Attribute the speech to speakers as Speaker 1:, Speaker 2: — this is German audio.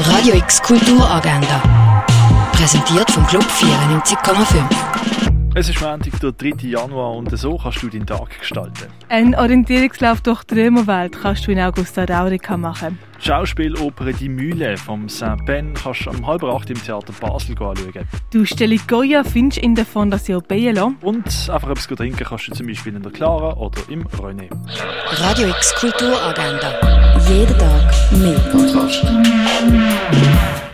Speaker 1: Radio X Kulturagenda. Präsentiert vom Club 94,5.
Speaker 2: Es ist Montag, der 3. Januar und so kannst du deinen Tag gestalten.
Speaker 3: Einen Orientierungslauf durch die Römerwelt kannst du in Augusta Raurica machen.
Speaker 2: Die Schauspieloper «Die Mühle» vom Saint-Ben kannst du um halb acht im Theater Basel anschauen.
Speaker 3: Die Ausstellung Goya findest du in der Fondation Bello.
Speaker 2: Und einfach etwas trinken kannst du zum Beispiel in der Clara oder im René.
Speaker 1: Radio X Kulturagenda. Jeden Tag mehr.